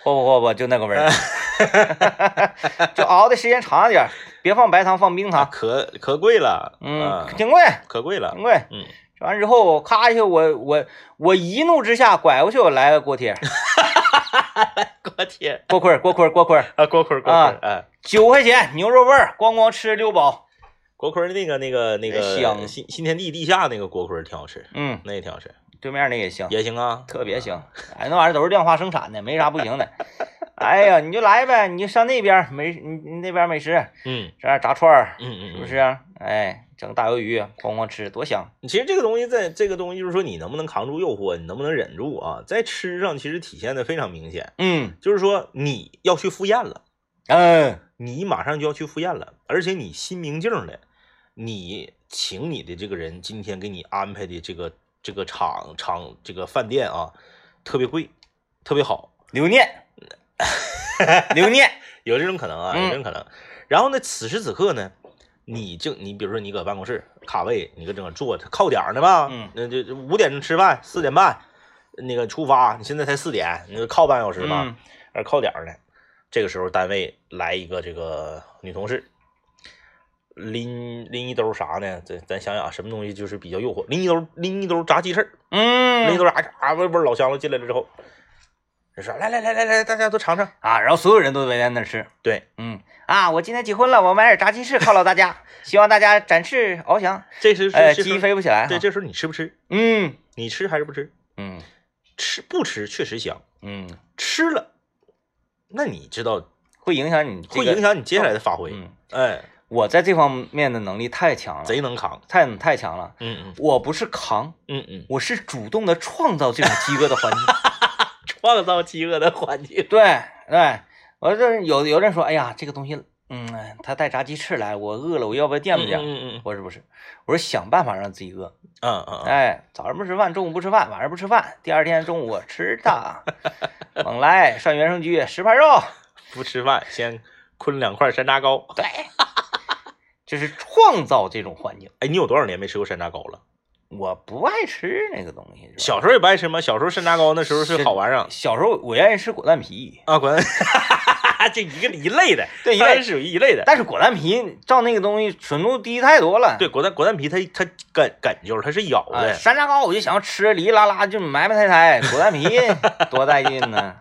霍吧霍吧，就那个味 儿。就熬的时间长一点，别放白糖，放冰
啊，
糖。
可可贵了，
嗯
啊，
挺贵，
可贵了
挺，贵。
嗯，
吃完之后，咔一下，我我我一怒之下拐过去，我来个锅 贴，
锅贴
锅盔儿锅盔儿锅盔儿，
啊，锅盔儿锅盔
啊
儿，哎，
九块钱牛肉味儿，咣咣吃六饱。
锅盔儿那个那个那个
哎香
新新天地地下那个锅盔儿挺好吃，
嗯，
那也挺好吃，
对面那也行，
也行啊，
特别行。哎，那玩意儿都是量化生产的，没啥不行的。哎呀，你就来呗，你就上那边儿美，你你那边儿美食，
嗯
这样炸串儿，
嗯嗯，
是
嗯
不是？啊？哎，整大鱿鱼，哐哐吃，多香。
其实这个东西在这个东西就是说你能不能扛住诱惑，你能不能忍住啊，在吃上其实体现的非常明显，
嗯
就是说你要去赴宴了，
嗯
你马上就要去赴宴了，而且你心明镜儿了，你请你的这个人今天给你安排的这个这个场场这个饭店啊，特别贵，特别好，
留念，留 念。
有这种可能啊，有这种可能。然后呢，此时此刻呢，你就你比如说你搁办公室卡位，你搁整个坐着靠点儿呢吧，
嗯
那就就五点钟吃饭，四点半那个出发，你现在才四点，你就靠半小时吧，
嗯
而靠点儿呢，这个时候单位来一个这个女同事。拎拎一兜啥呢？咱咱想想啊什么东西就是比较诱惑，拎一兜拎一兜炸鸡翅儿，拎
嗯
一兜炸啊味味儿老香了，进来了之后，就说来来来来来，大家都尝尝。
啊，然后所有人都围在那儿吃。
对，
嗯啊，我今天结婚了，我买点炸鸡翅犒劳大家， 希望大家展翅翱翔。
这是
呃，
这时
鸡
候
飞不起来哈。
对，这时候你吃不吃？
嗯
你吃还是不吃？
嗯
吃不吃确实香，
嗯，
吃了，那你知道
会影响你这
会
个
影。响你接下来的发挥。
嗯，
哎，
我在这方面的能力太强了，
贼能扛。
太太强了。
嗯
我不是扛，
嗯嗯嗯，
我是主动的创造这种饥饿的环境。
创造饥饿的环境。
对对，我这有有人说，哎呀，这个东西，嗯，他带炸鸡翅来，我饿了，我要不要
嗯
垫吧垫？
嗯嗯
我说不是，我说想办法让自己饿。
嗯嗯嗯，
哎，早上不吃饭，中午不吃饭，晚上不吃饭，第二天中午我吃它。猛来上原生居十盘肉，
不吃饭先坤两块山楂糕。
对，就是创造这种环境。
哎，你有多少年没吃过山楂糕了？
我不爱吃那个东西，是吧
小时候也不啊爱吃吗？小时候山楂糕那时候是好玩意儿
小时候我愿意吃果断皮，
啊，滚！ 这一个一类的，
对一
它
类
是属于一类的。
但是果丹皮照那个东西纯度低太多了。
对，果断果断皮它它梗梗就是它是咬
啊，
的，
山楂糕我就想要吃，哩哩啦啦就埋埋汰 汰，果丹皮多带劲呢！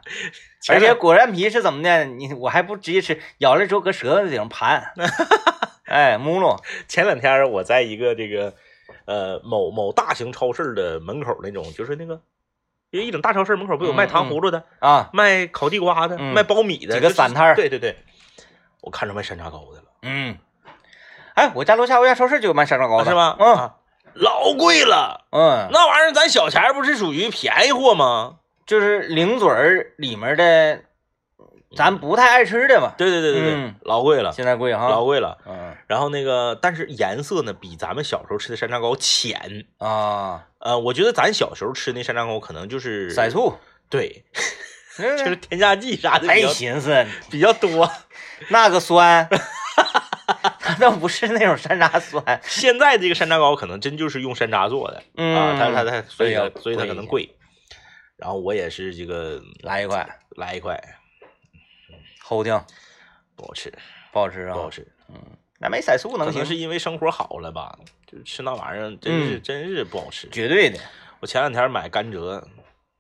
而且果丹皮是怎么的？你我还不直接吃，咬了之后搁舌头顶上 盘，哎，咕噜，
前两天我在一个这个呃某某大型超市的门口那种，就是那个因为一种大超市门口不有卖
嗯
糖葫芦的、
啊，
卖烤地瓜的、
嗯
卖苞米的
几个
就是
散摊儿
对对对，我看着卖山楂糕的了，
嗯，哎，我家楼下我家超市就有卖山楂糕
啊
的，
是吗？
嗯
啊，老贵了，
嗯，
那玩意儿咱小钱儿不是属于便宜货吗？
就是零嘴儿里面的，咱不太爱吃的吧，
对对对对对，
嗯
老贵了，
现在贵哈
老，贵了。
嗯
然后那个，但是颜色呢，比咱们小时候吃的山楂糕浅。
啊，
呃，我觉得咱小时候吃那山楂糕可能就是
色，醋，
对，就
就是
添加剂啥的
哎
比较、
寻思
比较多。
那个 酸，它倒不是那种山楂酸，
现在这个山楂糕可能真就是用山楂做的、
嗯，
啊，它它它，所以
哎呀
它所以它
贵
可能贵。然后我也是这个
来一块，
来一块，
齁挺，
不好吃，
不好吃
不
啊，
好吃。
那没色素
可
能
能
行，
是因为生活好了吧，就吃那玩意儿真是、
嗯
真是不好吃。
绝对的，
我前两天买甘蔗，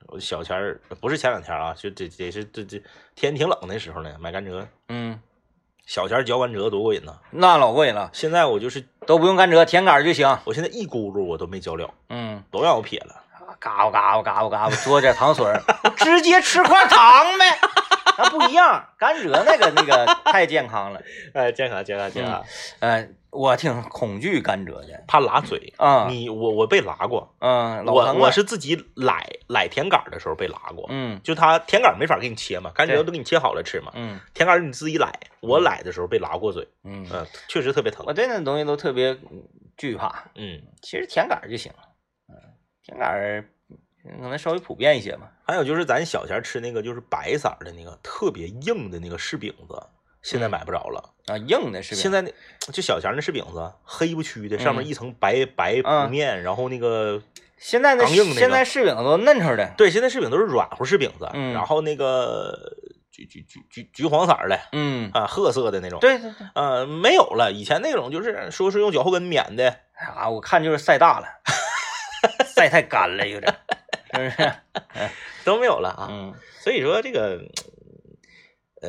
我小钱儿不是前两天啊，就得得是这这天挺冷的时候呢，买甘蔗，
嗯，
小钱儿嚼甘蔗多过瘾呐、
那老过瘾了，
现在我就是，
都不用甘蔗，甜杆儿就行，
我现在一咕噜我都没嚼了，
嗯，
都让我撇了。
啊嘎巴嘎巴嘎巴嘎巴，嘬点糖水儿，直接吃块糖呗，那不一样，甘蔗那个那个太健康了，
哎，健康健康健康，
呃，我挺恐惧甘蔗的，
怕拉嘴。
啊，
你我我被拉过，
嗯，老
我
疼
我
了，
是自己奶奶甜杆儿的时候被拉过，
嗯
就它甜杆儿没法给你切嘛，甘蔗
对
都给你切好了吃嘛，
嗯
甜杆儿你自己奶，我奶的时候被拉过嘴，
嗯，
嗯、确实特别疼
我，对那东西都特别惧怕，
嗯。
其实甜杆儿就行了，嗯，甜杆儿嗯可能稍微普遍一些吧。
还有就是咱小前儿吃那个就是白色儿的那个特别硬的那个柿饼子，现在买不着了。
啊，硬的是
现
在
在那就小前儿那柿饼子黑不黢的，上面
嗯
一层白白
嗯
不面，然后那个
现在那
糖硬那个
现在柿饼都嫩出的，
对，现在柿饼都是软乎柿饼子，
嗯
然后那个橘橘橘橘橘黄色儿的
嗯，
啊，褐色的那种。，
对对对，
呃，没有了，以前那种就是说是用脚后跟碾的，
啊，我看就是晒大了，晒太干了有点，是不是？
都没有了啊。
嗯
所以说这个，呃，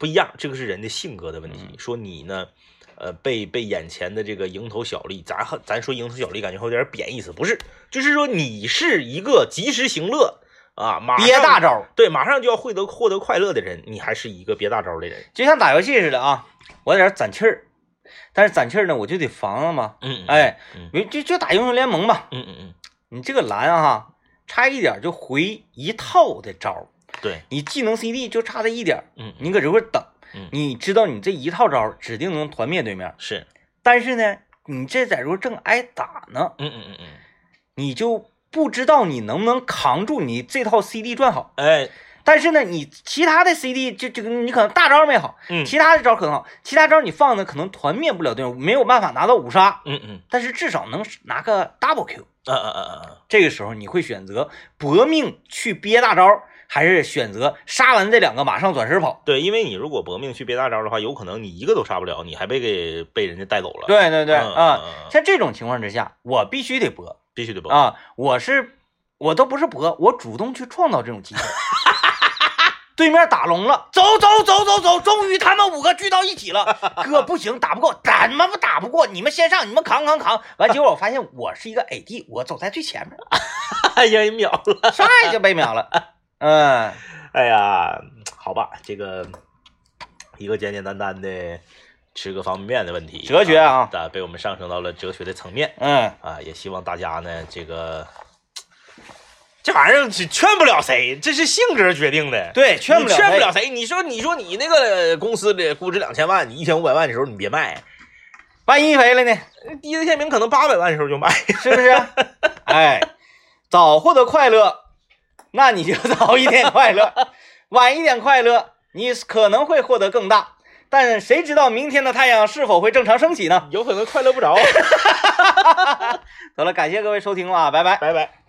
不一样，这个是人的性格的问题。说你呢，呃，被被眼前的这个蝇头小利，咱和咱说蝇头小利，感觉有点贬义词，不是，就是说你是一个及时行乐啊，马上
憋大，招儿，
对，马上就要获得获得快乐的人，你还是一个憋大招的人。
就像打游戏似的啊，我在这儿攒气儿，但是攒气儿呢，我就得防了嘛。
嗯，
哎
嗯，
就就就打英雄联盟吧，
嗯嗯嗯，
你这个蓝啊，差一点就回一套的招儿，
对，
你技能 CD 就差这一点儿，
嗯嗯
你搁这块儿等
嗯，
你知道你这一套招儿指定能团灭对面，
是，
但是呢，你这在这块儿正挨打呢，
嗯嗯嗯嗯，
你就不知道你能不能扛住你这套 CD 转好。
哎，
但是呢，你其他的 CD 就就你可能大招没好，
嗯
其他的招可能好，其他招你放的可能团灭不了对手，没有办法拿到五杀，
嗯嗯，
但是至少能拿个 double Q。
啊啊啊啊啊，
这个时候你会选择搏命去憋大招，还是选择杀完这两个马上转身跑？
对，因为你如果搏命去憋大招的话，有可能你一个都杀不了，你还被给被人家带走了。
对对对
嗯嗯
啊、
嗯嗯
像这种情况之下，我必须得搏
必须得搏。
啊！我是我都不是搏，我主动去创造这种机会。 对面打龙了，走走走走走，终于他们五个聚到一起了。哥不行，打不过，怎么不打不过？你们先上，你们扛扛扛。完结果我发现我是一个 AD，我走在最前面，
哎呀，秒了！
唰一下就被秒了。 嗯
哎呀，好吧，这个一个简简单单的吃个方便面的问题，
哲学啊
啊，被我们上升到了哲学的层面
嗯，
啊，也希望大家呢，这个这玩意儿是劝不了谁，这是性格决定的。
对，
劝
劝
不
不
了
了，
劝不了谁？你说你说你那个公司的估值两千万，你一千五百万的时候你别卖，
万一赔了呢？
低的县民可能八百万的时候就卖。
是不是？哎，早获得快乐，那你就早一点快乐；晚一点快乐，你可能会获得更大。但谁知道明天的太阳是否会正常升起呢？
有可能快乐不着，
得了，感谢各位收听啊，拜拜。
拜拜。